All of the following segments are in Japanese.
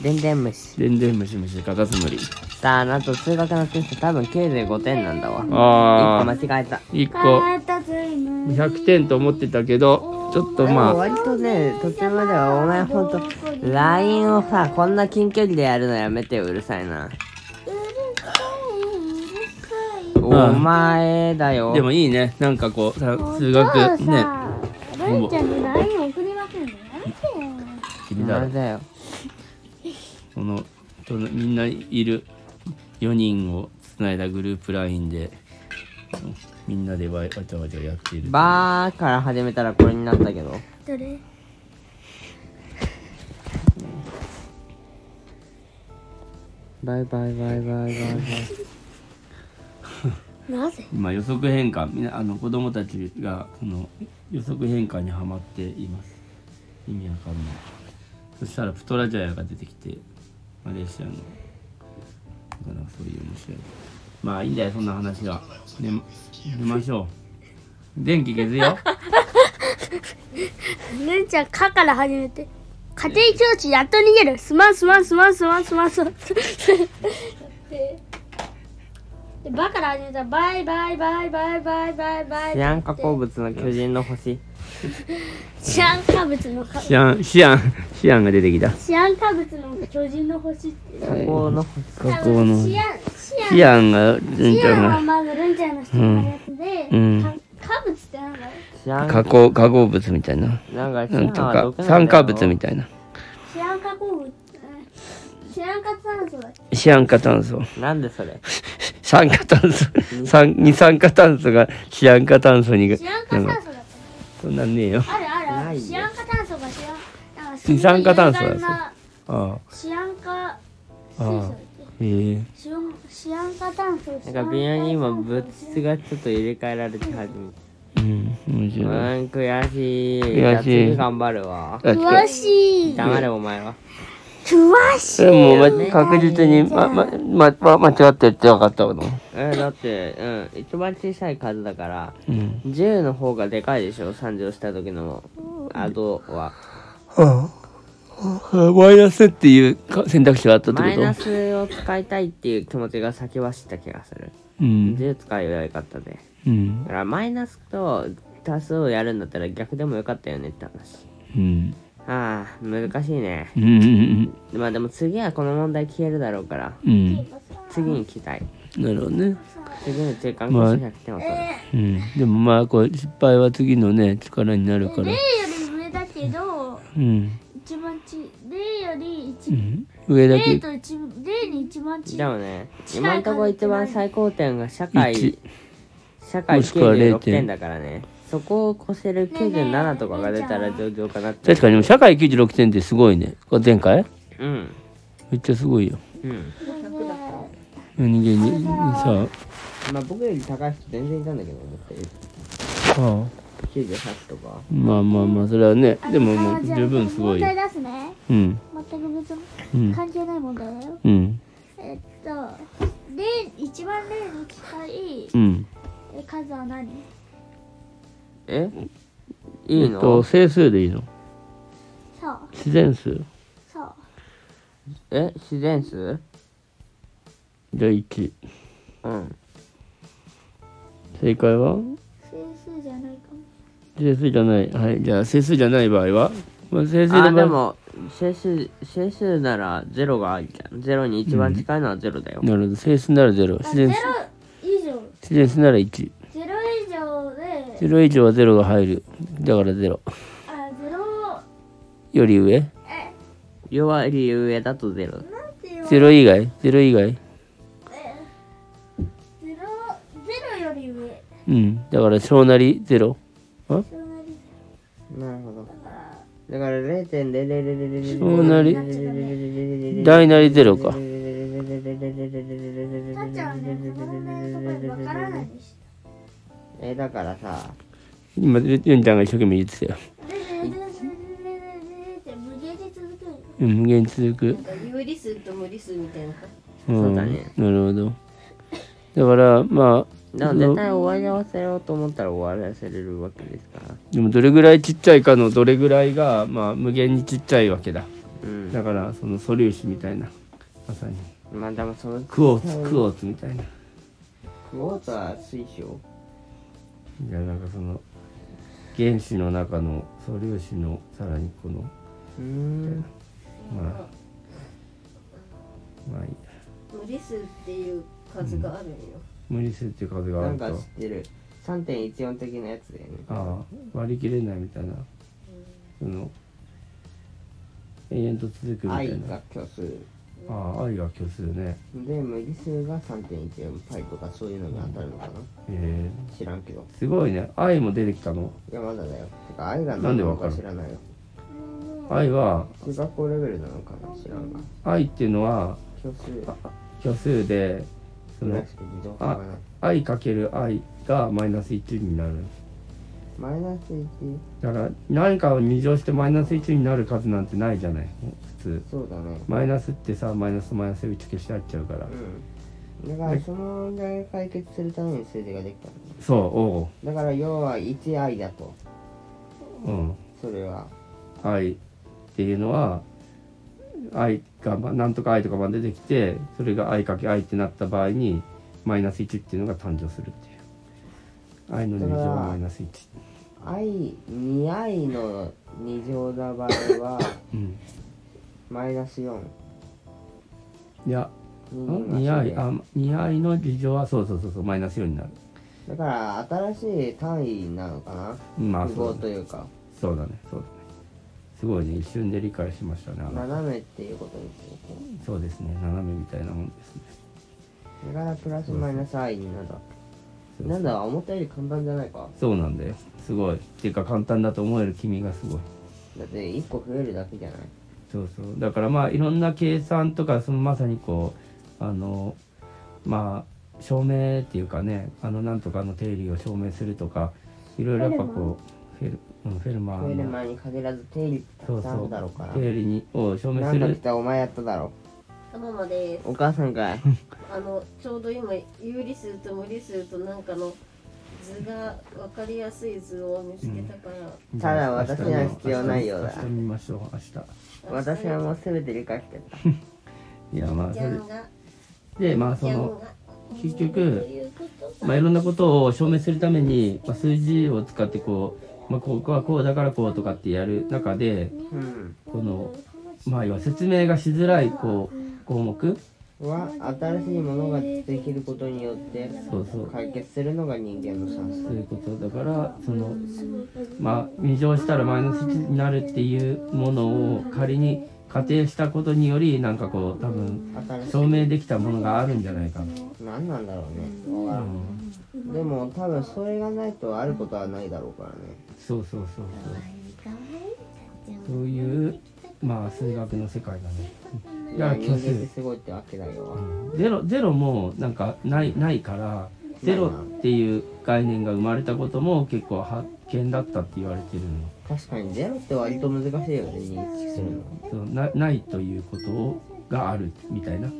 全然無視全然ムシムシカタツムリさあなんと数学のテスト多分95点なんだわあー一個間違えた1個100点と思ってたけどちょっとでもまあ割とね途中まではお前ほんと LINE をさこんな近距離でやるのやめてようるさいなお前だよでもいいねなんかこうさ数学ねルンちゃんに LINE 送りませんね。お君だ前ろだよこのとみんないる4人をつないだグループ LINE でみんなでわわちゃわちゃやっているバーから始めたらこれになったけどどれバイバイバイバイバイバイなぜ今予測変換みんなあの子供たちがその予測変換にはまっています意味わかんないそしたらプトラジャヤが出てきてマレーシアのなんかそういう面白いまあいいんだよそんな話は寝寝ましょう電気消すよルンちゃん、かから始めて。家庭教師やっと逃げる。すまんすまんすまんすまんすまんすまん。で、でバから始めたらバイバイバイバイバイバイバイ。シアン化鉱物の巨人の星シアン化物のか、シアンシアンシアンが出てきたシアン化物の巨人の星って。加工の星学校のシアン、シアン。シアンがうんシちゃアンはんがまずルンちゃんの人のやつで、うんか化物ってなんだろうシアン加工加工物みたいななんかシなんとアンはか毒なんだよ酸化物みたいなシアン化鉱物。うんシアン化炭素だっけシアン化炭素なんでそれ酸化炭素酸二酸化炭素がシアン化炭素にシアン化な炭ん素だかったそんなんねえよあるあるあなる。いよシアン化炭素がシアンなんかすごい二酸化炭素だ有害なあシアン化水素だっあへえけシアンシアン化炭素。なんか微妙に今物シ質がちょっと入れ替えられて始めてうん面う白いーん悔しいしいじゃあ次頑張るわあアン化。詳しい。黙れお前は詳しい。でもま確実にまままま間違ってるって分かったのえだってうん一番小さい数だからうん10の方がでかいでしょ3乗した時のアドはああマイナスっていうか選択肢があったってマイナことスを使いたいっていう気持ちが先走った気がするうん10使えばよかったでうんだからマイナスと足すをやるんだったら逆でもよかったよねって話うんああ難しいねうんうんまあでも次はこの問題消えるだろうからうん次に期待なるほどね次の中間講師100点を取る、うんでもまあこう失敗は次のね力になるから例より上だけど、うん一番ち、例ようり一、ん上だ例けと一、例に一番ち。でもね近い今んとこ一番最高点が社会一社会もしくは96 0.0点だからねそこを越せる97とかが出たら上々かなって確かにでも社会96点ってすごいねこれ前回うんめっちゃすごいようん人間ににさまあ僕より高い人全然いたんだけど思ってあ98とかまあまあまあそれはねでももう十分すごい問よ題出すね。うん全く別うんに関係ない問題だよ。うんえっと、例、一番例に近いうんえ数は何えいいえっとの整数でいいのそう、自然数そう。え自然数じゃあ1うん正解は整数じゃないかも。整数じゃないはいじゃあ整数じゃない場合は、まあ、整数のあで場合も整数整数なら0があるじゃん0に一番近いのは0だよ、なるほど整数なら0あ自ゼロ然数以上、自然数なら1ゼロ以上で、 0以上は0が入るだから0あ、ゼロ、より上え、弱い上だと0なんて言わ0以外0以外えゼロ、ゼロより上。うんだから小なり0小なりなるほどだから0.00000小なり大大なり0かたっちゃんはね、この辺のところわからないでしえだからさ今ゆゆんちゃんが一生懸命言ってたよょ。で、で、で、で、で、で、って無限に続くよ。うん無限に続く有理数と無理数みたいな。うんうだねなるほどだからまあでも絶対終わり合わせようと思ったら終わらせれるわけですからでもどれぐらいちっちゃいかのどれぐらいがまあ無限にちっちゃいわけだうんうんだからその素粒子みたいなまさにまあでもそのクオーツクオーツみたいなクオーツは水晶いやなんかその原子の中の素粒子のさらにこのうーんまあまあいいや無理数っていう数があるんよ、無理数っていう数があなんるとか知ってる3.14的なやつだよねああ割り切れないみたいなその永遠と続くみた愛いなが虚数ああ愛が虚数ねで無理数が3.14パイとかそういうのに当たるのかなえ知らんけどー、すごいね愛も出てきたのいやまだだよてか愛がなん何でなわのかかる知らないよ愛は中学校レベルなのかな知らんが愛っていうのは虚数虚数でそぐらのいしか自動化あがない愛かける愛がマイナス1になるマイナス1だから何かを2乗してマイナス1になる数なんてないじゃない普通そうだねマイナスってさマイナスマイナスで打ち消し合っちゃうから、うんだからその問題を解決するために数字ができたのそうおだから要は1愛だとううんそれは愛っていうのは愛がまなんとか愛とかまで出てきてそれが愛かけ愛ってなった場合にマイナス1っていうのが誕生するっていう愛の2乗だからマイナス1愛2愛の2乗な場合 はうんマイナス4いや人2が愛あ2愛の2乗はそうそうそうそうマイナス4になるだから新しい単位なのかなまあ符そう号だとねいうかそうだねそうだねすごいね一瞬で理解しましたねあの斜めっていうことにするそうですね斜めみたいなもんですねだからプラスマイナス愛になるわそけうなんだ思ったより簡単じゃないかそうなんだよすごいっていうか簡単だと思える君がすごいだって1個増えるだけじゃないそうそうだからまあいろんな計算とかそのまさにこうあのまあ証明っていうかねあのなんとかの定理を証明するとかいろいろやっぱこうフェルうんフェルマ増えーるの前に限らず定理ってたそくうさんあそるだろうからう定理にを証明なすんだっるたお前やっただろママですお母さんかいあのちょうど今有理数と無理数となんかの図が分かりやすい図を見つけたから、ただ私には必要ないようだ明日見ましょう明私はもう全て理解して た日いやまあそじゃれんがでまあそじゃんのが結と局いうことまあ、いろんなことを証明するために、まあ、数字を使ってこう、まあ、ここはこうだからこうとかってやる中でうんこの、まあ、要は説明がしづらいこう項目は新しいものができることによってそうそう解決するのが人間の算そ数ういうことだからそのまあ2乗したらマイナス1になるっていうものを仮に仮定したことによりなんかこう多分新し証明できたものがあるんじゃないかな。い何なんだろうねわからんでも多分それがないとあることはないだろうからねそうそうそうそう。そういうまあ数学の世界だね。いや人間虚っ数て。すごいってわけだよゼロゼロもなんかないないからゼロっていう概念が生まれたことも結構発見だったって言われてるの確かにゼロって割と難しいよね認識するのそうなないということをがあるみたいな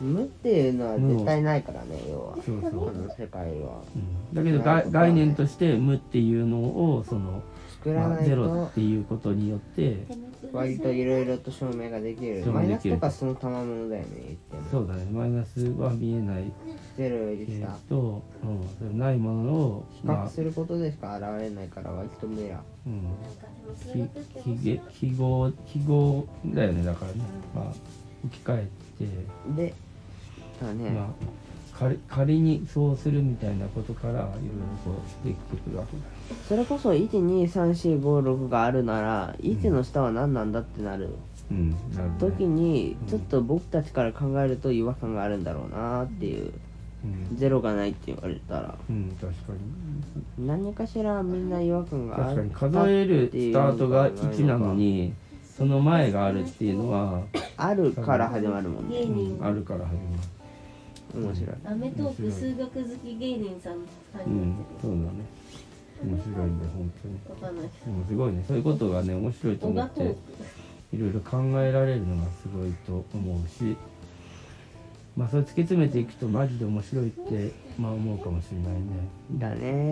無っていうのは絶対ないからね要はそうそう、この世界はうん、だけどが概念として無っていうのをその、作らまなあ、いゼロとっていうことによって割といろいろと証明ができる証マ明イでナきスるとかその賜物だよね言ってもそうだねマイナスは見えないゼロよけりれ下ど、うん、それないものを、比較まあすることでしか現れないから割と無理だうん、きひげ記号記号だよねだからね、まあ、置き換えて。でだね、まあ、仮仮にそうするみたいなことからいろいろこうできてくるわけだそれこそ123456があるなら1の下は何なんだってなるうんなるほどね時にちょっと僕たちから考えると違和感があるんだろうなっていううん、ゼロがないって言われたらうん、確か何かしらみんな違和感にがあ確かるに数えるスタートが1なのにその前があるっていうのは、あるから始まるもんね芸人あるから始まる面白いアメトーク数学好き芸人さん入うっんそうだね面白いんだよ本当にてるわかんないでもすごいねそういうことがね面白いと小思賀っトーてクいろいろ考えられるのがすごいと思うしまあそれ突き詰めていくとマジで面白いってまあ思うかもしれないねだ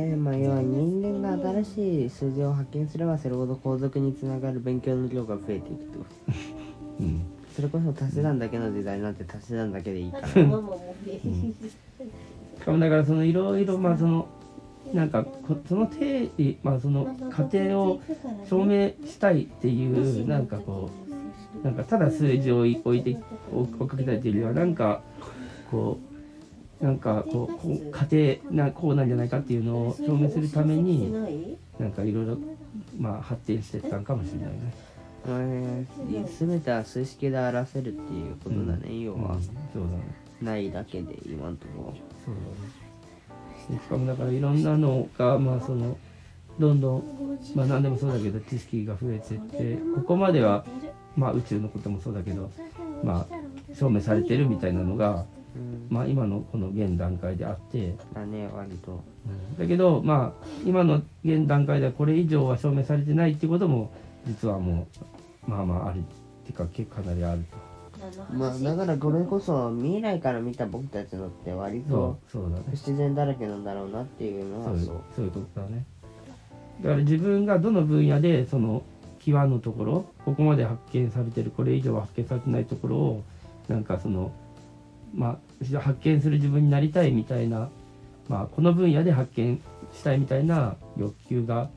ねまあ要は人間が新しい数字を発見すればそれほど後続につながる勉強の量が増えていくってことうんそれこそ足し算だけの時代なんて足し算だけでいいからママも見えしかもだからそのいろいろまあそのなんかこその定理まあその家庭を証明したいっていうなんかこうなんかただ数字を置いて追っかけたいというよりはなんかこうなんかこうこう家庭なこうなんじゃないかっていうのを証明するためになんかいろいろまあ発展してったんかもしれないね。えー全ては数式で表せるっていうことだね、要まあはそうだね。ないだけで今んとこそうだね。しかもだからいろんなのがまあそのどんどんまあ何でもそうだけど知識が増えてってここまではまあ宇宙のこともそうだけどまあ証明されてるみたいなのがうんまあ今のこの現段階であってだね割とだけどまあ今の現段階ではこれ以上は証明されてないっていうことも実はもうまあまああるっていうか結構かなりあると。まあだからこれこそ未来から見た僕たちのって割とそうそうだね不。自然だらけなんだろうなっていうのそはうそうそういうことだねだから自分がどの分野でその際のところここまで発見されてるこれ以上は発見されてないところをなんかそのまあ発見する自分になりたいみたいな、まあ、この分野で発見したいみたいな欲求が、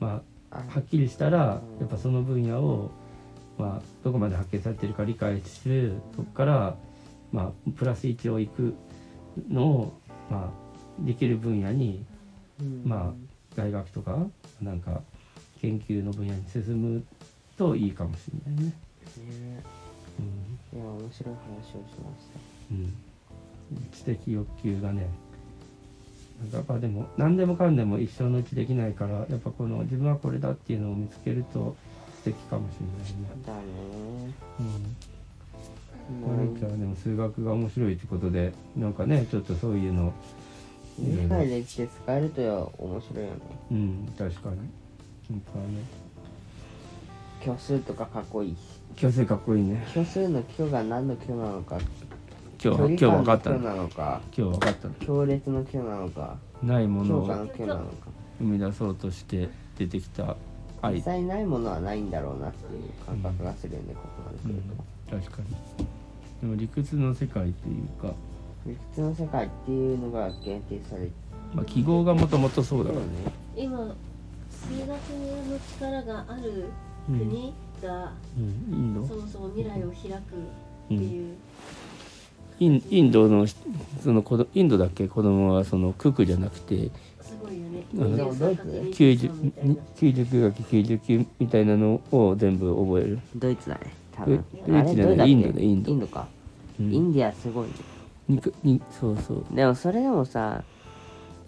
まあ、あはっきりしたらやっぱその分野を、まあ、どこまで発見されてるか理解するそこから、まあ、プラス1をいくのを、まあ、できる分野にうんまあ大学とかなんか研究の分野に進むといいかもしれないね。ねいや面白い話をしましたうんうん、知的欲求がねなんかやっぱでも何でもかんでも一生のうちできないからやっぱこの自分はこれだっていうのを見つけると素敵かもしれだなねいね。うん、もまるうちゃんはでも数学が面白いってことでなんかねちょっとそういうの、理解できて使えると面白いよねうん、確かに本当はね虚数とかかっこいいし虚勢かっこいいね虚数の虚が何の虚なのか今日今日距離分か感ったのの虚なのか今日分かったの強烈の虚なのかないもの強を化の虚なのか生み出そうとして出てきた実愛、際ないものはないんだろうなっていう感覚がするよねここまで来うんると、確かにでも理屈の世界っていうか、理屈の世界っていうのが限定されてまあ、記号がもともとそうだるかよらね、ね今数学の力があるうん国が、うん、インドそもそも未来を開くっていう、インインドのその子どインドだっけ子供はそのククじゃなくてすごいよね。うんでもドイツね90みたいな99学99みたいなのを全部覚える、ドイツだね多分ドイツじゃないあれインドねインドインドか、うんインディアすごいねにくにそうそうでもそれでもさ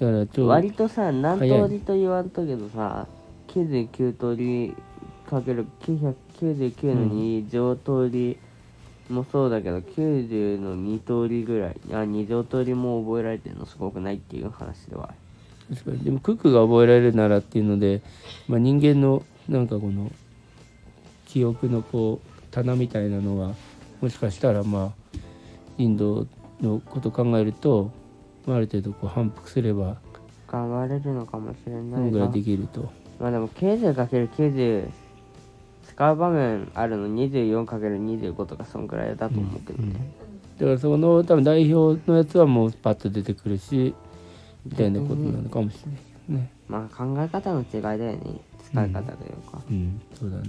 だからちょ割とさ何通りと言わんとけどさ99通りかける999の2乗通りもそうだけど、90の2通りぐらいあ2乗通りも覚えられてるのすごくないっていう話ではある確かにでもクックが覚えられるならっていうので、まあ、人間のなんかこの記憶のこう棚みたいなのがもしかしたらまあインドのことを考えると、まあ、ある程度こう反復すれば頑張れるのかもしれこなのいぐらがいできるとまあでも 90×90 使う場面あるの 24×25 とかそんぐらいだと思うけどね、だからその多分代表のやつはもうパッと出てくるしみたいなことなのかもしれないけどね。まあ考え方の違いだよね使い方というか、うん、そうだね。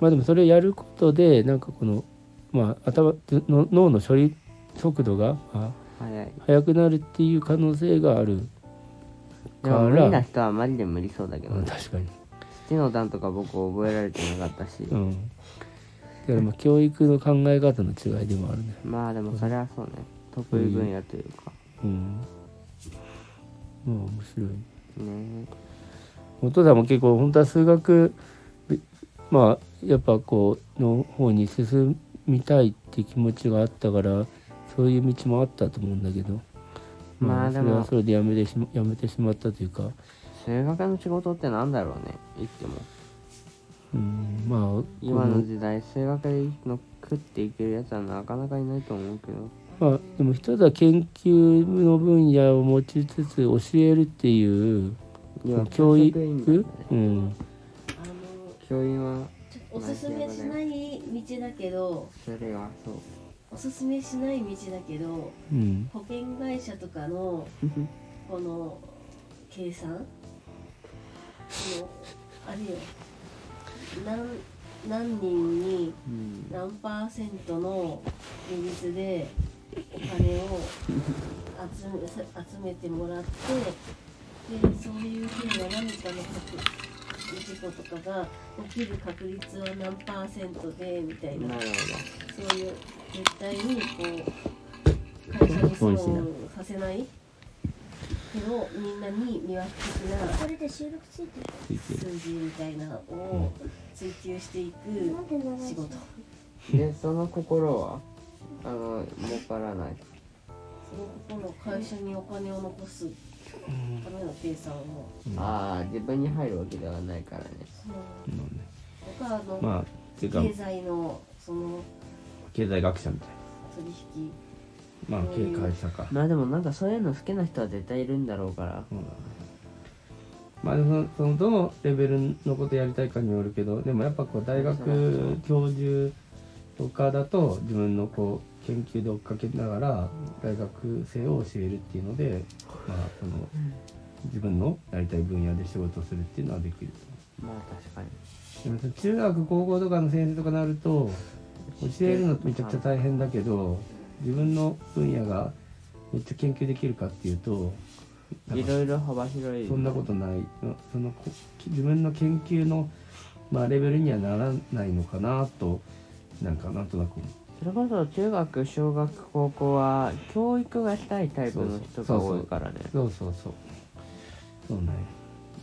まあでもそれをやることでなんかこの、まあ、頭の脳の処理速度が、あ早い早くなるっていう可能性があるでかも無理なら、人はマジで無理そうだけどうん、ね確かに、父の段とか僕覚えられてなかったし、うん、だからまあ教育の考え方の違いでもあるね、まあでもそれはそうね得意分野というか、うん、まあ面白いねお父さんも結構本当は数学まあやっぱこうの方に進みたいって気持ちがあったからそういう道もあったと思うんだけど、まあでそもれはそれでやめてしまやめてしまったというか、数学の仕事ってなんだろうね言ってもうん、まあこ今の時代数学での食っていけるやつはなかなかいないと思うけどまあ、でも一つは研究の分野を持ちつつ教えるっていう今教教職員なん育だね、うん、あの教員はちょっおすすめしない道だけどそれはそうおすすめしない道だけどうん保険会社とかのこの計算のあれよ何何人にうん何パーセントの比率でお金を集めさ集めてもらってでそういうふうな何かの確事故とかが起きる確率は何パーセントでみたいななるそういう絶対にこう会社に損をさせないけどみんなに魅惑的なこれで収録ついてるついてる数字みたいなのを追求していなくんで長い仕事。ほどでその心はあの儲からないその心を会社にお金を残すための計算をああ自分に入るわけではないからねそうまあねとかあの、まあっていうか経済のその経済学者みたい取引なまあそうい経う会社かまあでもなんかそういうの好きな人は絶対いるんだろうからそうだねまあでもそのどのレベルのことやりたいかによるけどでもやっぱこう大学教授とかだと自分のこう研究で追っかけながら大学生を教えるっていうので、まあ、その自分のやりたい分野で仕事するっていうのはできるまあ確かにでもその中学高校とかの先生とかになると教えるのってめちゃくちゃ大変だけど自分の分野がめっちゃ研究できるかっていうとなんいかろいろ幅広いそんなことないのそのこ自分の研究の、まあ、レベルにはならないのかなとなんかなんとなく思それこそ中学小学高校は教育がしたいタイプの人が多いからねうそうそうそうそうなんや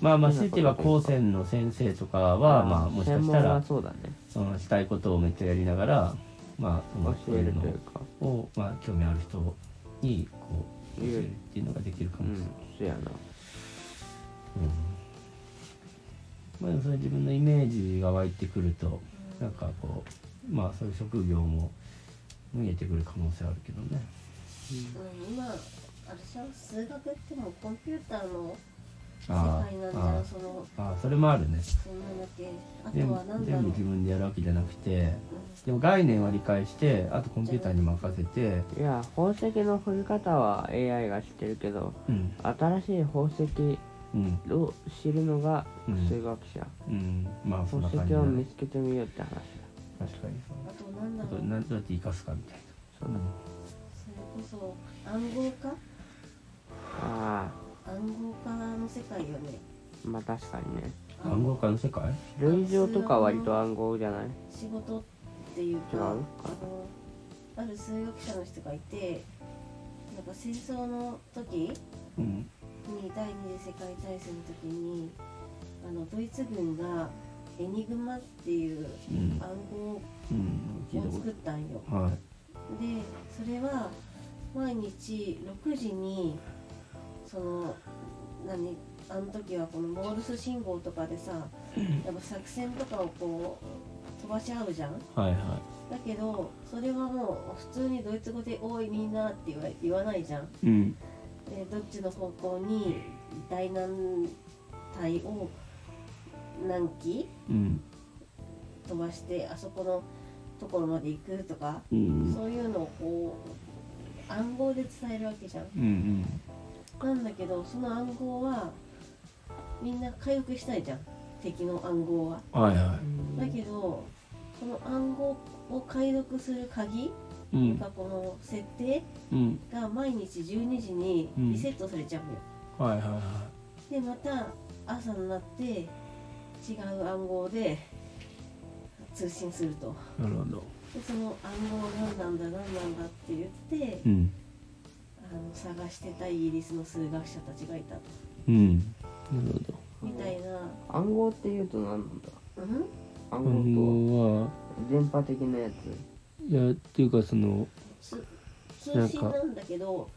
まあまあ強いて言えば高専の先生とかはまあもしか専した門はらそうだねそのしたいことをめっちゃやりながらまあその教えるというかを、まあ、興味ある人にこう教えるっていうのができるかうもしれないん、そうやなまあ、でもそれ自分のイメージが湧いてくるとなんかこうまあそういう職業も見えてくる可能性あるけどねうん今あれじゃん数学ってもうコンピューターの世あ界なんじゃんあそのああそれもあるねそんなんだっけあ全と部はなんだろ全う部自分でやるわけじゃなくてでも概念は理解してあとコンピューターに任せて、いや宝石の掘り方は AI が知ってるけどうん新しい宝石うんを知るのがうん数学者、うん、まあそんな感宝じ石だをね見つけてみようって話だ確かにそうあとなんだあとろうなどうやって生かすかみたいそうなだ、それこそ暗号化あ暗号化の世界よねあまあ確かにねうん暗号化の世界類情とか割と暗号じゃない仕事っていうか違うあかのある数学者の人がいてなんか戦争の時うんに第二次世界大戦の時にあのドイツ軍がエニグマっていううん暗号うん聞いたをこ作ったんよ。とはいでそれは毎日6時にその何あの時はこのモールス信号とかでさやっぱ作戦とかをこう飛ばし合うじゃん。はいはだけどそれはもう普通にドイツ語で「おいみんな」って言わ言わないじゃん、いうんえーどっちの方向に大難隊を何機うん飛ばしてあそこのところまで行くとか、うんそういうのをこう暗号で伝えるわけじゃんうんなんだけどその暗号はみんな回復したいじゃん敵の暗号はうんはいはだけどその暗号を解読する鍵いうんがこの設定うんが毎日12時にリセットされちゃうのよ、はいはいはでまた朝になって違う暗号で通信するといなるほどでその暗号何なんだ何なんだって言って、うんあの探してたイギリスの数学者たちがいたとうんなるほどみたいな、暗号っていうと何なんだうん、暗暗号とは号は電波的なやつ、いやっていうかそのすな通ん信かなんだけど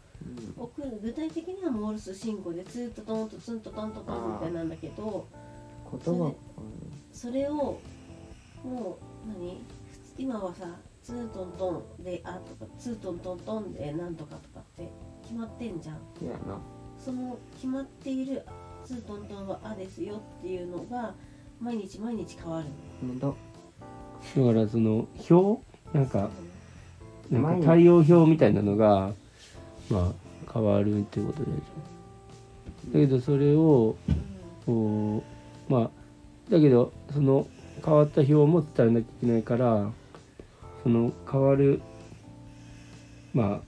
うん送る具体的にはモールス信号でツートトンとツントトントトンみたいなんだけど言葉それをもう何今はさツートントンで「あ」とかツートントントンで「なんとか」とかって決まってんじゃんそうやなその決まっているツートントンは「あ」ですよっていうのが毎日毎日変わるのめんどだからその表なんかなんか対応表みたいなのがまあ変わるってことでしょだけどそれをこうまあだけどその変わった表も伝えなきゃいけないからその変わるま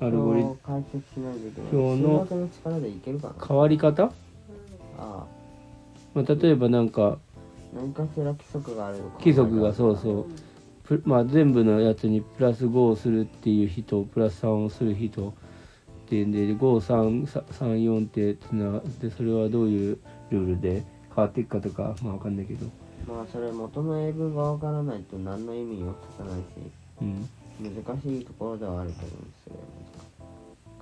あアルゴリ解説しないといけない表の数学の力でいけるかな変わり方、ああまあ、例えばなんか何かしら規則があるのか規則がそうそうプまあ、全部のやつにプラス5をするっていう日とプラス3をする日とっていうんで5334ってつながってそれはどういうルールで変わっていくかとかまあわかんないけど、まあそれ元の英語がわからないと何の意味もつかないしうん、難しいところではあるけどそれは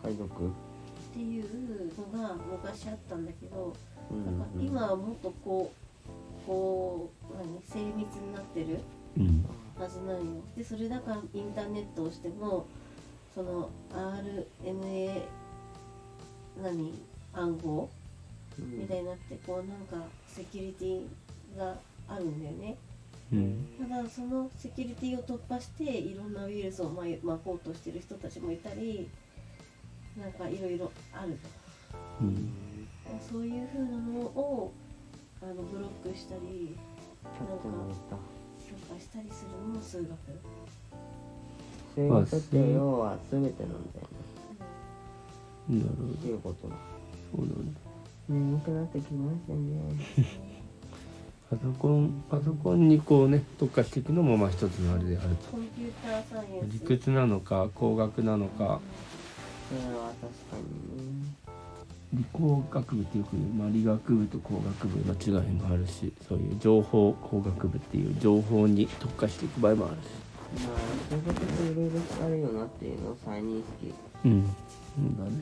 難しい解読っていうのが昔あったんだけど、うなんかん今はもっとこうこう何精密になってるうん、はずなんよでそれだからインターネットをしてもその RNA 何暗号うんみたいになってこうなんかセキュリティがあるんだよねうんただそのセキュリティを突破していろんなウイルスをまいまこうとしてる人たちもいたりなんかいろいろあるうんそういう風なのをあのブロックしたちりょっと見た強化したりするのも数学、数学って要は全てなんだよなねんだろうっていうことだそうだね眠くなってきましたねパソコンパソコンにこうね特化していくのもまあ一つのあれであるとコンピューターサイエン理ス屈なのか工学なのかそれは確かにね理工学部ってよく言う、まあ、理学部と工学部の違いもあるしそういう情報工学部っていう情報に特化していく場合もあるしまあそういうことっていろいろ使えるよなっていうのを再認識うんそうだね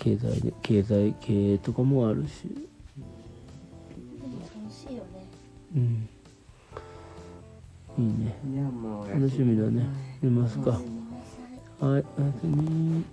経済で経済系とかもあるしでも楽しいよねうんいいねじゃあもう楽しみだね寝ますかごめんなさいはいおやすみ